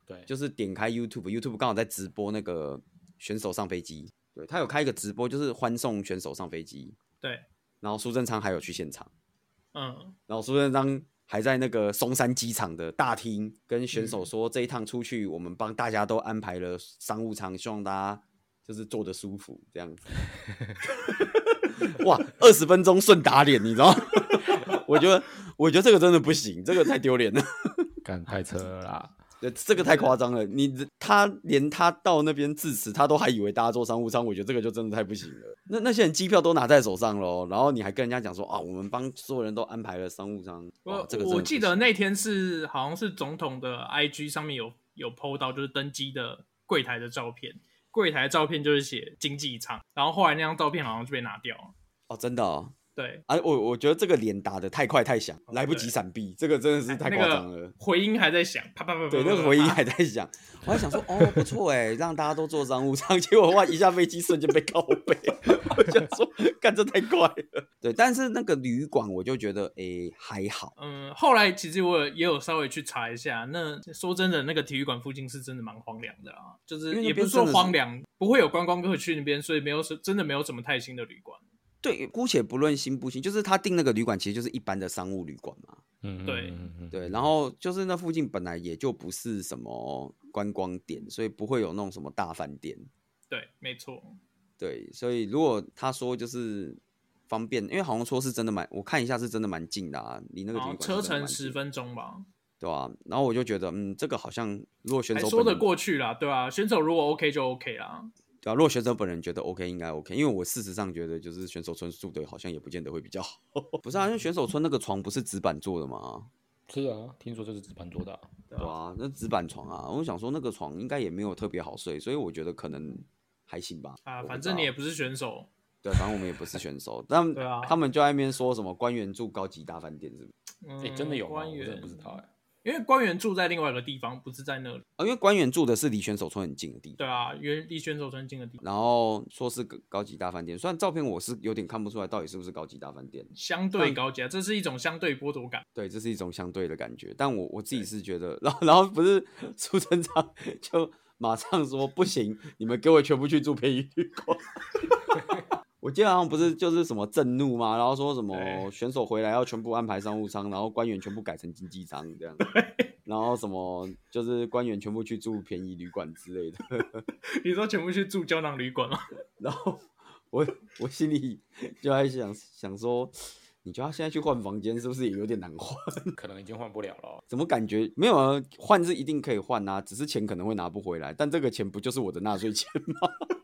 Speaker 3: 对，
Speaker 2: 就是点开 YouTube，YouTube 刚好在直播那个选手上飞机，对他有开一个直播，就是欢送选手上飞机，
Speaker 1: 对，
Speaker 2: 然后苏贞昌还有去现场，
Speaker 1: 嗯，
Speaker 2: 然后苏贞昌。还在那个松山机场的大厅跟选
Speaker 1: 嗯
Speaker 2: 手说，这一趟出去，我们帮大家都安排了商务舱，希望大家就是坐的舒服 这样子。哇，二十分钟顺打脸，你知道吗？ 我觉得，我觉得这个真的不行，这个太丢脸了，
Speaker 3: 干太扯了啦。
Speaker 2: 这这个太夸张了。你他连他到那边致辞，他都还以为大家坐商务舱，我觉得这个就真的太不行了。那那些人机票都拿在手上喽，然后你还跟人家讲说啊，我们帮所有人都安排了商务舱，哇
Speaker 1: 我，
Speaker 2: 这个真的
Speaker 1: 我
Speaker 2: 不
Speaker 1: 记得
Speaker 2: 行
Speaker 1: 那天是好像是总统的 IG 上面有有 PO 到，就是登机的柜台的照片，柜台的照片就是写经济舱，然后后来那张照片好像就被拿掉了。
Speaker 2: 哦，真的哦。
Speaker 1: 对，
Speaker 2: 啊，我我觉得这个脸打的太快太响，
Speaker 1: 哦
Speaker 2: 来不及
Speaker 1: 对哎
Speaker 2: 闪避，这个真的是太
Speaker 1: 那
Speaker 2: 夸张了。
Speaker 1: 个回音还在响，啪啪啪啪啪，
Speaker 2: 对，那个
Speaker 1: 啪
Speaker 2: 回音
Speaker 1: 啪
Speaker 2: 还在响，我还想说，哦，不错哎，让大家都坐商务舱，结果哇，一下飞机瞬间被靠背，我想说，干这太快了。对，但是那个旅馆我就觉得，哎，还好，
Speaker 1: 嗯，后来其实我有也有稍微去查一下，那说真的，那个体育馆附近是真的蛮荒凉的啊，就
Speaker 2: 因为
Speaker 1: 是
Speaker 2: 那
Speaker 1: 也不
Speaker 2: 边
Speaker 1: 是说
Speaker 2: 真的是
Speaker 1: 荒凉，不会有观光客去那边，所以没有什真的没有什么太新的旅馆。
Speaker 2: 对，姑且不论新不新，就是他订那个旅馆其实就是一般的商务旅馆嘛。
Speaker 3: 嗯，
Speaker 1: 对
Speaker 3: 嗯，嗯嗯
Speaker 2: 对，然后就是那附近本来也就不是什么观光点，所以不会有那种什么大饭店。
Speaker 1: 对，没错，
Speaker 2: 对，所以如果他说就是方便，因为好像说是真的蛮，我看一下是真的蛮近的啊，离那个
Speaker 1: 然
Speaker 2: 旅
Speaker 1: 后
Speaker 2: 馆
Speaker 1: 车
Speaker 2: 是真的
Speaker 1: 程
Speaker 2: 蛮
Speaker 1: 十
Speaker 2: 近
Speaker 1: 分钟吧，
Speaker 2: 对吧、然后我就觉得，嗯，这个好像如果选
Speaker 1: 还
Speaker 2: 手
Speaker 1: 说
Speaker 2: 本
Speaker 1: 得
Speaker 2: 人，
Speaker 1: 过去啦，对啊，选手如果 OK 就 OK 啦，
Speaker 2: 对啊，如果选手本人觉得 OK，应该 OK，因为我事实上觉得就是选手村住的好像也不见得会比较好， 不是啊，因为选手村那个床不是纸板做的嘛，
Speaker 3: 是啊，听说就是纸盘做的啊、
Speaker 2: 对啊，那纸板床啊，我想说那个床应该也没有特别好睡，所以我觉得可能还行吧。
Speaker 1: 啊，
Speaker 2: 我不
Speaker 1: 反
Speaker 2: 知
Speaker 1: 正你
Speaker 2: 道
Speaker 1: 也不是选手，
Speaker 2: 对，反正我们也不是选手，但
Speaker 1: 对啊
Speaker 2: 他们就在那边说什么官员住高级大饭店是不是？
Speaker 1: 嗯，
Speaker 3: 哎、真的有吗？
Speaker 1: 官
Speaker 3: 我真
Speaker 1: 员
Speaker 3: 的不知道哎、
Speaker 1: 因为官员住在另外一个地方，不是在那里。
Speaker 2: 啊，因为官员住的是离选手村很近的地方。
Speaker 1: 对啊，原离选手村近的地方，
Speaker 2: 然后说是个高级大饭店，虽然照片我是有点看不出来到底是不是高级大饭店，
Speaker 1: 相对高级啊，这是一种相对剥夺感。
Speaker 2: 对，这是一种相对的感觉，但我我自己是觉得，然后然后不是 苏贞昌就马上说不行，你们给我全部去住便宜旅馆。 我记得好像不是就是什么震怒嘛，然后说什么
Speaker 1: 对
Speaker 2: 选手回来要全部安排商务舱，然后官员全部改成经济舱这样，然后什么就是官员全部去住便宜旅馆之类的。
Speaker 1: 你说全部去住胶囊旅馆吗？
Speaker 2: 然后我我心里就在想想说，你觉得他现在去换房间是不是也有点难换？
Speaker 3: 可能已经换不了哦了。
Speaker 2: 怎么感觉没有啊？换是一定可以换啊，只是钱可能会拿不回来，但这个钱不就是我的纳税钱吗？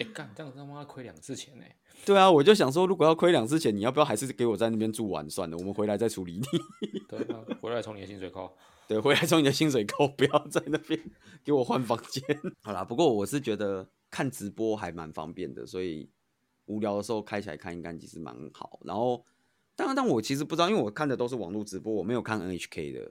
Speaker 3: 哎、干，这样他妈亏两次钱呢、
Speaker 2: 对啊，我就想说，如果要亏两次钱，你要不要还是给我在那边住完算了？我们回来再处理你。
Speaker 3: 对啊，回来从你的薪水扣。
Speaker 2: 对，回来从你的薪水扣，不要在那边给我换房间。 好啦，不过我是觉得看直播还蛮方便的，所以无聊的时候开起来看一看，其实蛮好。然后，当然，但我其实不知道，因为我看的都是网络直播，我没有看 NHK 的，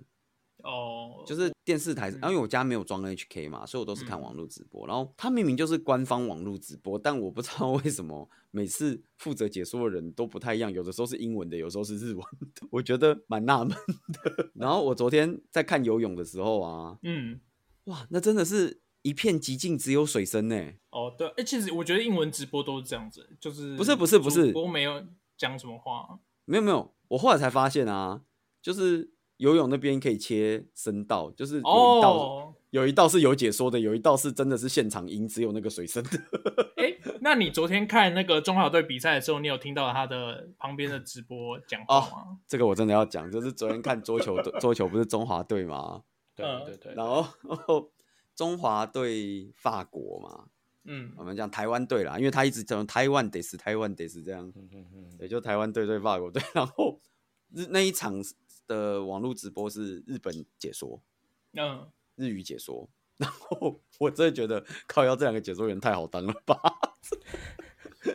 Speaker 1: 哦，
Speaker 2: 就是电视台，啊因为我家没有装 NHK 嘛，所以我都是看网络直播。然后它明明就是官方网络直播，但我不知道 为什么每次负责解说的人都不太一样，有的时候是英文的，有时候是日文的，我觉得蛮纳闷的。然后我昨天在看游泳的时候啊，
Speaker 1: 嗯，
Speaker 2: 哇，那真的是一片寂静，只有水声呢。
Speaker 1: 哦，对，哎、其实我觉得英文直播都是这样子，就是
Speaker 2: 不是不是不是
Speaker 1: 主播没有讲什么话，
Speaker 2: 没有没有，我后来才发现啊，就是游泳那边可以切声道，就是有一嗯道、
Speaker 1: 哦，
Speaker 2: 有一道是有解说的，有一道是真的是现场音，只有那个水声的。
Speaker 1: 哎、那你昨天看那个中华队比赛的时候，你有听到他的旁边的直播讲话吗？
Speaker 2: 这个我真的要讲，就是昨天看桌球队，桌球不是中华队嘛，
Speaker 3: 对
Speaker 1: 嗯
Speaker 3: 对对
Speaker 2: 然后 中华对法国嘛，
Speaker 1: 嗯
Speaker 2: 我，们讲台湾队啦，因为他一直讲台湾得是台湾得是这样，
Speaker 3: 嗯嗯嗯，
Speaker 2: 也就台湾队对法国队， 然后日那一场的网络直播是日本解说，
Speaker 1: 嗯，
Speaker 2: 日语解说，然后我真的觉得靠腰这两个解说员太好当了吧。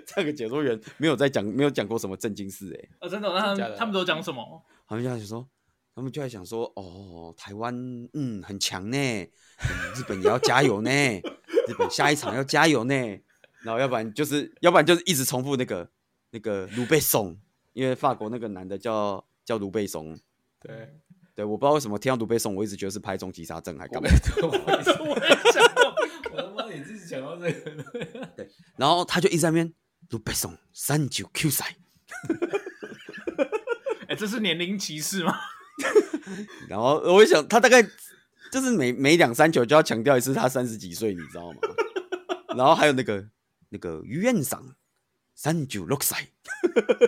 Speaker 2: 这个解说员没有在讲，没有讲过什么正经事哎、欸
Speaker 1: 哦，真的，那他
Speaker 3: 真的假
Speaker 1: 们
Speaker 3: 的
Speaker 1: 他们都讲什么？
Speaker 2: 他们就在想说，他们就在想说，哦，台湾嗯很强呢、嗯日本也要加油呢，日本下一场要加油呢，然后要不然就是要不然就是一直重复那个那个卢贝松，因为法国那个男的叫叫卢贝松，
Speaker 3: 对，
Speaker 2: 对，我不知道为什么听到卢贝松，我一直觉得是拍终极杀阵还干
Speaker 3: 哦
Speaker 2: 嘛，
Speaker 1: 我也想到，
Speaker 3: 我他妈也是想到这个，
Speaker 2: 然后他就一直在那边卢贝松三九 Q 赛，
Speaker 1: 哎、这是年龄歧视吗？
Speaker 2: 然后呃我就想他大概就是每每两三九就要强调一次他三十几岁，你知道吗？ 然后还有那个那个于院长三九六岁，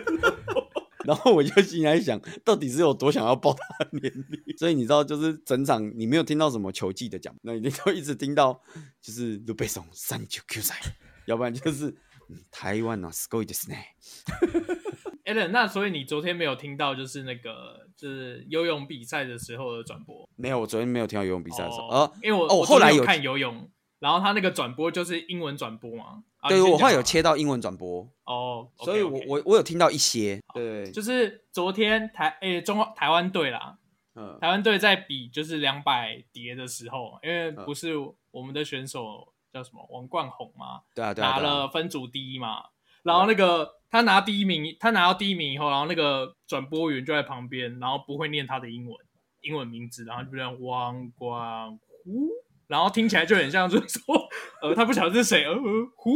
Speaker 2: 然后我就心里在想，到底是有多想要报他的年龄？所以你知道，就是整场你没有听到什么球技的讲，那你就一直听到就是卢贝松三九 Q 赛，要不然就是、嗯台湾啊，すごいですね。
Speaker 1: a l a n 那所以你昨天没有听到就是那个就是游泳比赛的时候的转播
Speaker 2: 没有，我昨天没有听到游泳比赛的时候，
Speaker 1: 哦
Speaker 2: 呃，
Speaker 1: 因为我、
Speaker 2: 哦
Speaker 1: 我
Speaker 2: 后来
Speaker 1: 昨天
Speaker 2: 有
Speaker 1: 有看游泳，然后他那个转播就是英文转播嘛，啊、
Speaker 2: 呃对
Speaker 1: 你先
Speaker 2: 我后
Speaker 1: 讲
Speaker 2: 来有
Speaker 1: 吧
Speaker 2: 切到英文转播。
Speaker 1: 哦，
Speaker 2: 所以我我我有听到一些，对，
Speaker 1: 就是昨天台诶、中华台湾队啦，
Speaker 2: 嗯
Speaker 1: 台湾队在比就是两百叠的时候，因为
Speaker 2: 嗯
Speaker 1: 不是我们的选手叫什么王冠宏嘛，
Speaker 2: 对啊对啊，
Speaker 1: 拿
Speaker 2: 对啊
Speaker 1: 了分组第一嘛，然后那个他拿第一名，他拿到第一名以后，然后那个转播员就在旁边，然后不会念他的英文英文名字，然后就变汪冠呼，然后听起来就很像就是说，呃，他不晓得是谁，呃，呃呼，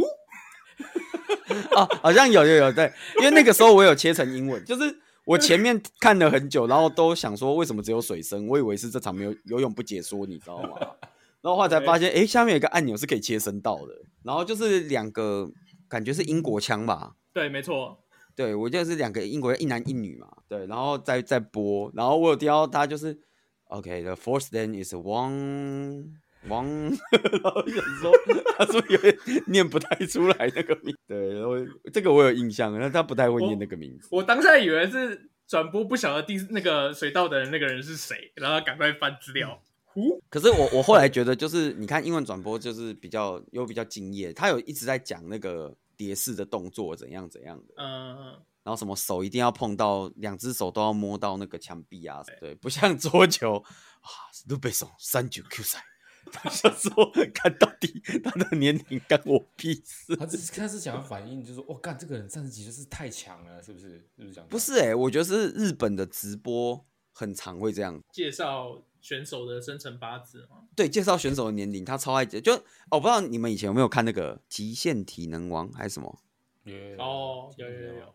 Speaker 2: 哦，好像有有有对，因为那个时候我有切 成英文，就是我前面看了很久，然后都想说为什么只有水声，我以为是这场没有游泳不解说，你知道吗？然后后来才发现，诶，下面有一个按钮是可以切声道的，然后就是两个感觉是英国腔吧，
Speaker 1: 对，没错，
Speaker 2: 对我就是两个英国人，一男一女嘛，对，然后再再播，然后我有听到他就是 OK，the、fourth then is one one，然 后我想说他是不是有点念不太出来那个名？对，然后这个我有印象，但他不太会念那个名字。
Speaker 1: 我当下以为是转播不晓得第那个水道的人那个人是谁，然后赶快翻资料。呼，
Speaker 2: 可是我我后来觉得，就是你看英文转播就是比较有比较敬业，他有一直在讲那个蝶式的动作怎样怎样的。
Speaker 1: 嗯，
Speaker 2: 然后什么手一定要碰到，两只手都要摸到那个墙壁啊，对，不像桌球啊，鲁贝松三九 Q 赛， 他就说看到底他的年龄干我屁事。
Speaker 3: 他只是他是想要反映，就是说，哦，干这个人三十几就是太强了，是不是？是不是这样？
Speaker 2: 不，是哎、我觉得是日本的直播很常会这样，
Speaker 1: 介绍选手的生辰八字嘛，
Speaker 2: 对，介绍选手的年龄，他超爱介就哦，我不知道你们以前有没有看那个《极限体能王》还是什么？
Speaker 1: 哦，有有有有，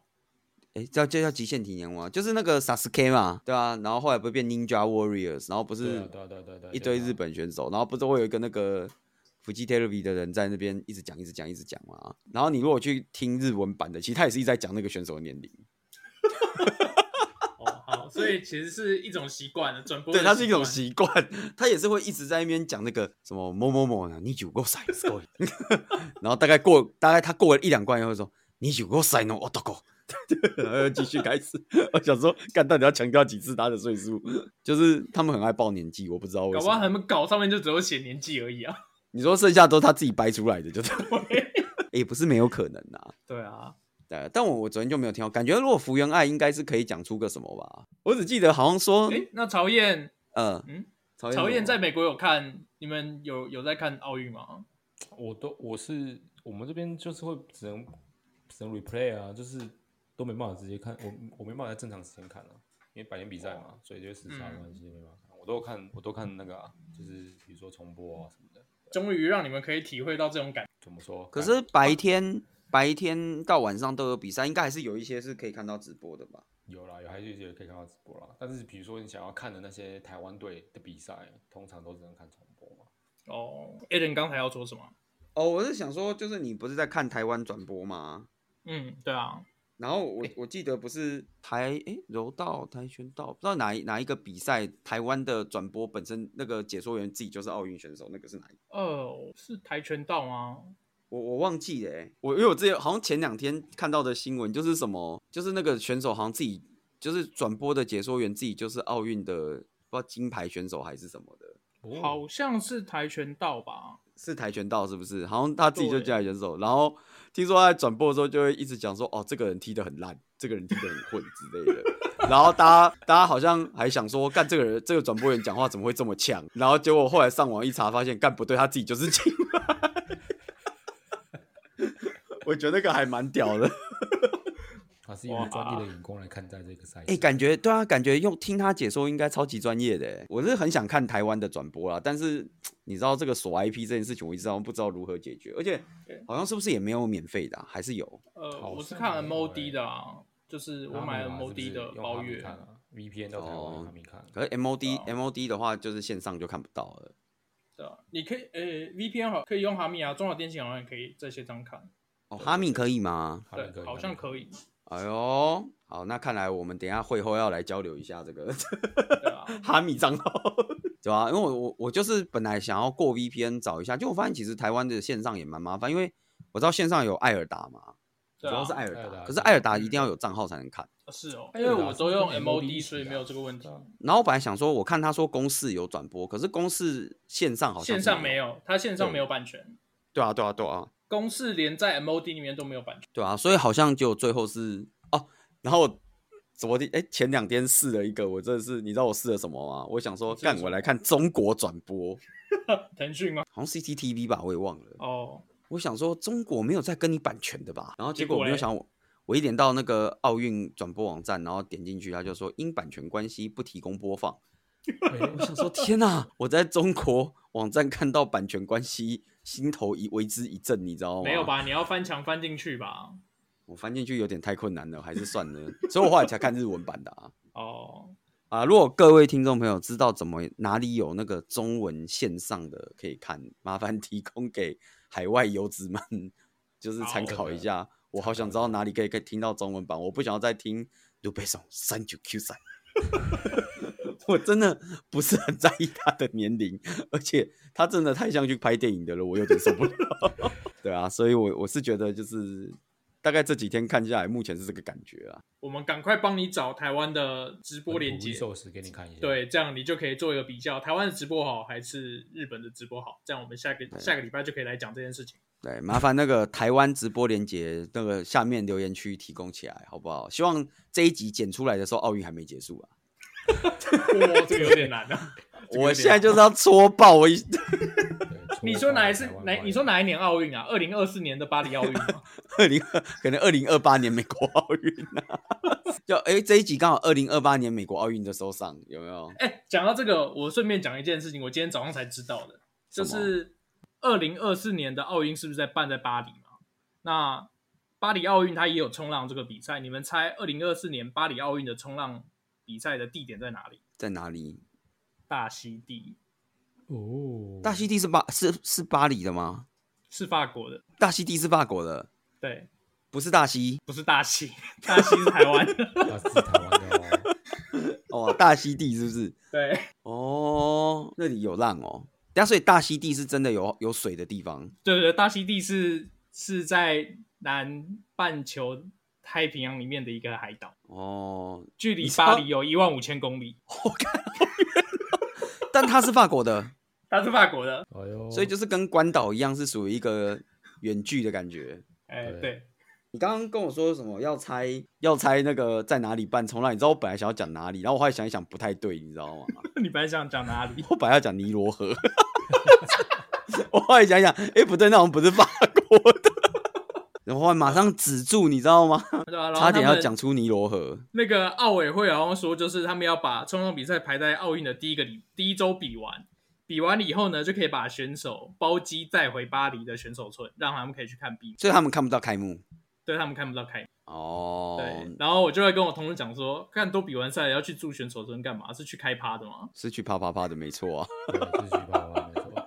Speaker 2: 哎，叫叫叫《极限体能王》，就是那个 Sasuke 嘛，对啊，然后后来不是变 Ninja Warriors，然后不
Speaker 3: 对
Speaker 2: 是
Speaker 3: 啊，对啊对啊对啊对啊，
Speaker 2: 一堆
Speaker 3: 对啊
Speaker 2: 日本选手，然后不是会有一个那个腹肌 TV 的人在那边一直讲、一直讲、一直讲嘛。然后你如果去听日文版的，其实他也是一直在讲那个选手的年龄，
Speaker 1: 哦好，所以其实是一种习惯了，转播的
Speaker 2: 对，他是一种
Speaker 1: 习
Speaker 2: 习惯， 他也是会一直在那边讲那个什么某某某呢，你九够赛，すごい然后大概过大概他过了一两关以后说你九够赛呢，我哦都够。 然后又继续开始，我想说，干到底要强调几次他的岁数？就是他们很爱报年纪，我不知道为
Speaker 1: 惯，搞
Speaker 2: 什
Speaker 1: 不好他
Speaker 2: 么。
Speaker 1: 们稿上面就只有写年纪而已啊。
Speaker 2: 你说剩下都是他自己掰出来的，就是
Speaker 1: 对
Speaker 2: 也、不是没有可能啊。
Speaker 1: 对啊，
Speaker 2: 对，呃但我我昨天就没有听到，感觉如果福原爱应该是可以讲出个什么吧。我只记得好像说，
Speaker 1: 哎，那曹燕，
Speaker 2: 呃，
Speaker 1: 嗯，
Speaker 2: 曹
Speaker 1: 曹燕
Speaker 2: 燕
Speaker 1: 在
Speaker 2: 在
Speaker 1: 美国有看，你们有有在看奥运吗？
Speaker 3: 我都我是我们这边就是会只能只能 replay 啊，就是都没办法直接看，我我没办法在正常时间看了、啊因为白天比赛嘛，所以就时差的关系
Speaker 1: 嗯
Speaker 3: 没办法看。我都有看，我都看那个、啊，就是比如说重播啊什么的。
Speaker 1: 终于让你们可以体会到这种感
Speaker 3: 怎么说？
Speaker 2: 可
Speaker 3: 干
Speaker 2: 是白天白天到晚上都有比赛，应该还是有一些是可以看到直播的吧？
Speaker 3: 有啦，有还是有可以看到直播啦。但是比如说你想要看的那些台湾队的比赛，通常都只能看重播嘛。
Speaker 1: 哦。a l n 刚才要说什么？
Speaker 2: 哦，我是想说，就是你不是在看台湾转播吗？
Speaker 1: 嗯，对啊，
Speaker 2: 然后我我记得不是台诶柔道、跆拳道，不知道哪一哪一个比赛，台湾的转播本身那个解说员自己就是奥运选手，那个是哪一个？
Speaker 1: 哦，是跆拳道吗？
Speaker 2: 我我忘记了、欸，我因为我之前好像前两天看到的新闻就是什么，就是那个选手好像自己就是转播的解说员自己就是奥运的不知道金牌选手还是什么的，
Speaker 3: 哦
Speaker 1: 好像是跆拳道吧。
Speaker 2: 是跆拳道是不是？好像他自己就
Speaker 1: 对
Speaker 2: 金牌选手，然后听说他在转播的时候就会一直讲说，哦，这个人踢得很烂，这个人踢得很混之类的，然后大家大家好像还想说，干这个人这个转播员讲话怎么会这么呛？然后结果后来上网一查，发现干不对，他自己就是金牌。 我觉得那个还蛮屌的。
Speaker 3: 他是用专业的眼光来看待这个赛
Speaker 2: 哎、
Speaker 3: 事。
Speaker 2: 感觉对啊，感觉用听他解说应该超级专业的欸。我是很想看台湾的转播啦，但是你知道这个锁 IP 这件事情，我一直好像不知道如何解决，而且
Speaker 1: 对
Speaker 2: 好像是不是也没有免费的啊、还是有？
Speaker 1: 呃，
Speaker 3: 好
Speaker 1: 我是
Speaker 3: 像
Speaker 1: 看
Speaker 3: 没
Speaker 1: MOD
Speaker 3: 有欸
Speaker 1: 的啊，就是我买了 MOD 的包月。
Speaker 3: 啊，VPN 到台
Speaker 2: 哦
Speaker 3: 湾哈密看。
Speaker 2: 可是 MOD、
Speaker 1: 对啊
Speaker 2: MOD 的话，就是线上就看不到了。
Speaker 1: 对啊，你可以呃 VPN 好可以用哈密啊，中华电信好像也可以在线上看，
Speaker 2: 哦，哈密可以吗？
Speaker 3: 哈密
Speaker 1: 对，好像可以，
Speaker 2: 哎呦，好，那看来我们等一下会后要来交流一下这 个
Speaker 1: 对啊，
Speaker 2: 哈密账号，对吧、因为我我我就是本来想要过 VPN 找一下，就我发现其实台湾的线上也蛮麻烦，因为我知道线上有艾尔达嘛，主
Speaker 1: 对啊
Speaker 2: 要是艾尔
Speaker 3: 艾尔
Speaker 2: 达，
Speaker 3: 达
Speaker 2: 可是艾尔达一定要有账号才能看。
Speaker 1: 是哦，
Speaker 3: 哎
Speaker 1: 因为
Speaker 3: 对啊
Speaker 1: 我都用
Speaker 3: 是跟 MOD 一
Speaker 1: MOD，
Speaker 3: 起
Speaker 1: 所以没有这个问题
Speaker 3: 对。啊
Speaker 2: 然后我本来想说，我看他说公视有转播，可是公视线上好像
Speaker 1: 线上没
Speaker 2: 有。
Speaker 1: 有，它线上
Speaker 2: 对
Speaker 1: 没有版权，
Speaker 2: 对啊，对啊，对啊，
Speaker 1: 公式连在 MOD 里面都没有版权。
Speaker 2: 对啊，所以好像就最后是哦。然后我昨天哎前两天试了一个，我真的是你知道我试了什么吗？我想说，
Speaker 1: 试了
Speaker 2: 干我来看中国转播，
Speaker 1: 腾讯吗？
Speaker 2: 好像 CCTV 吧，我也忘了。
Speaker 1: 哦，
Speaker 2: 我想说中国没有在跟你版权的吧？然后结
Speaker 1: 结
Speaker 2: 果
Speaker 1: 果
Speaker 2: 我没有
Speaker 1: 嘞
Speaker 2: 想我。我一点到那个奥运转播网站，然后点进去，他就说因版权关系不提供播放。我想 说，天哪、 我在中国网站看到版权关系，心头一为之一震，你知道吗？
Speaker 1: 没有？吧？你要翻墙翻进去吧？
Speaker 2: 我翻进去有点太困难了，还是算了。所以我后来才看日文版的啊。
Speaker 1: 哦，
Speaker 2: 啊，如果各位听众朋友知道怎么哪里有那个中文线上的可以看，麻烦提供给海外游子们，就是参
Speaker 1: 好
Speaker 2: 考一
Speaker 3: 的
Speaker 2: 下。我好想知道哪里可以可以听到中文版，我不想要再听鲁贝松三九 Q 三。 我真的不是很在意他的年龄，而且他真的太像去拍电影的了，我有点受不了。 对啊，所以我我是觉得就是大概这几天看下来，目前是这个感觉啊。
Speaker 1: 我们赶快帮你找台湾的直播连接，
Speaker 3: 寿司给你看一下。，
Speaker 1: 对，这样你就可以做一个比较，台湾的直播好还是日本的直播好？这样我们下个下个礼拜就可以来讲这件事情。
Speaker 2: 对，麻烦那个台湾直播连接那个下面留言区提供起来，好不好？希望这一集剪出来的时候，奥运还没结束啊！
Speaker 1: 哇， 这个有点难啊！这个有点
Speaker 2: 我现在就是要戳爆我一，
Speaker 1: 你说哪一次？哪？你说？哪一年奥运啊？二零二四年的巴黎奥运 吗？
Speaker 2: 二零可能二零二八年美国奥运啊， 就哎、这一集刚好二零二八年美国奥运的时候上，有没有？
Speaker 1: 哎、讲到这个，我顺便讲一件事情，我今天早上才知道的，就
Speaker 2: 什么
Speaker 1: 是二零二四年的奥运是不是在办在巴黎嘛？那巴黎奥运它也有冲浪这个比赛，你们猜二零二四年巴黎奥运的冲浪比赛的地点在哪里？
Speaker 2: 在哪里？
Speaker 1: 大溪地
Speaker 3: 哦，
Speaker 2: 大溪地是巴是是巴黎的吗？
Speaker 1: 是法国的，
Speaker 2: 大溪地是法国的，
Speaker 1: 对，
Speaker 2: 不是大溪
Speaker 1: 不是大溪，大溪是台湾。
Speaker 3: 他是台湾的哦。
Speaker 2: 哦，大溪地是不是？
Speaker 1: 对，
Speaker 2: 哦，那里有浪哦。那所以大溪地是真的有有水的地方。
Speaker 1: 对对，大溪地是是在南半球太平洋里面的一个海岛，
Speaker 2: 哦，
Speaker 1: 距离
Speaker 2: 你知道
Speaker 1: 巴黎有一万五千公 里。
Speaker 2: 我看好远哦，但它是法 国的，
Speaker 1: 它是法国的，
Speaker 3: 哎呦，
Speaker 2: 所以就是跟关岛一样，是属于一个远距的感觉。
Speaker 1: 哎、
Speaker 3: 对
Speaker 1: 对，
Speaker 2: 你刚刚跟我说什么要猜要猜那个在哪里办冲浪？你知道我本来想要讲哪里，然后我后来想一想不太对，你知道吗？
Speaker 1: 你本来想讲哪里？
Speaker 2: 我本来要讲尼罗河， 我后来想一想，哎、不对，那我们不是法国的， 然后后来马上止住，你知道吗？
Speaker 1: 对啊然后
Speaker 2: 差点
Speaker 1: 他
Speaker 2: 要
Speaker 1: 们
Speaker 2: 讲出尼罗河。
Speaker 1: 那个奥委会好像说，就是他们要把冲浪比赛排在奥运的第一个礼第一周比完，比完以后呢，就可以把选手包机带回巴黎的选手村，让他们可以去看比，
Speaker 2: 所以他们看不到开幕。
Speaker 1: 对他们看不到开。
Speaker 2: 哦，
Speaker 1: 对，然后我就会跟我同事讲说，看都比完赛了要去住选手村干嘛？是去开趴的吗？
Speaker 2: 是去啪啪啪的，没错啊，
Speaker 3: 对是去台湾没错。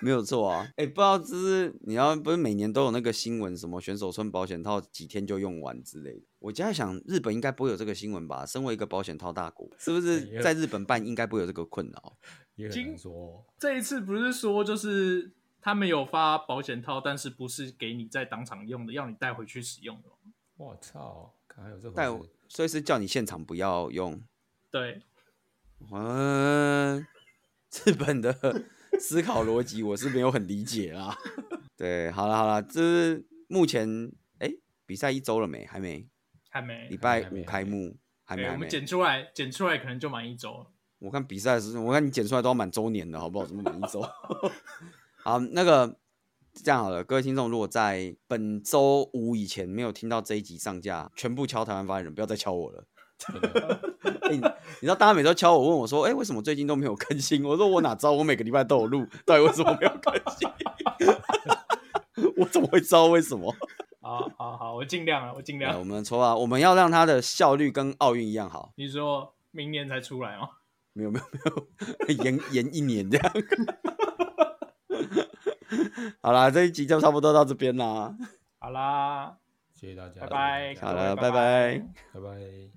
Speaker 2: 没有错啊。哎、不知道就是你要不是每年都有那个新闻，什么选手村保险套几天就用完之类的。我就在想，日本应该不会有这个新闻吧？身为一个保险套大国，是不
Speaker 3: 也
Speaker 2: 是
Speaker 3: 有
Speaker 2: 在日本办应该不会有这个困扰？
Speaker 3: 也很
Speaker 1: 今
Speaker 3: 难说哦，
Speaker 1: 这一次不是说就是他们有发保险套，但是不是给你在当场用的，要你带回去使用的吗。
Speaker 3: 我操，看还有这回
Speaker 2: 但
Speaker 3: 事。
Speaker 2: 所以是叫你现场不要用。
Speaker 1: 对，
Speaker 2: 嗯、日本的思考逻辑我是没有很理解啦。 对，好了好了，这是目前哎、比赛一周了没？还没，
Speaker 1: 还没
Speaker 2: 礼。
Speaker 3: 还没
Speaker 2: 拜
Speaker 3: 还没
Speaker 2: 五
Speaker 3: 还
Speaker 2: 开
Speaker 3: 没
Speaker 2: 幕，还没
Speaker 1: 哎
Speaker 2: 还
Speaker 1: 我
Speaker 2: 没
Speaker 1: 们。剪出来，剪出来可能就满一周了。
Speaker 2: 我看比赛的时候，我看你剪出来都要满周年了，好不好？怎么满一周？ 好，那个这样好了，各位听众，如果在本周五以前没有听到这一集上架，全部敲台湾发言人，不要再敲我了。
Speaker 3: 真的
Speaker 2: 哎，你你知道大家每周敲我问我说，哎、为什么最近都没有更新？我说我哪知道，我每个礼拜都有录，到底为什么没有更新？ 我怎么会知道为什么？
Speaker 1: 好好好，我尽量了，我尽
Speaker 2: 来，
Speaker 1: 量
Speaker 2: 我。们说啊，我们要让它的效率跟奥运一样好。
Speaker 1: 你说明年才出来哦？
Speaker 2: 没有 没有没有，延延一年这样。 好啦，这一集就差不多到这边啦。
Speaker 1: 好啦，
Speaker 3: 谢谢大家，
Speaker 1: 拜拜，
Speaker 2: 好
Speaker 1: 各位
Speaker 2: 了，
Speaker 1: 拜
Speaker 2: 拜拜
Speaker 3: 拜拜。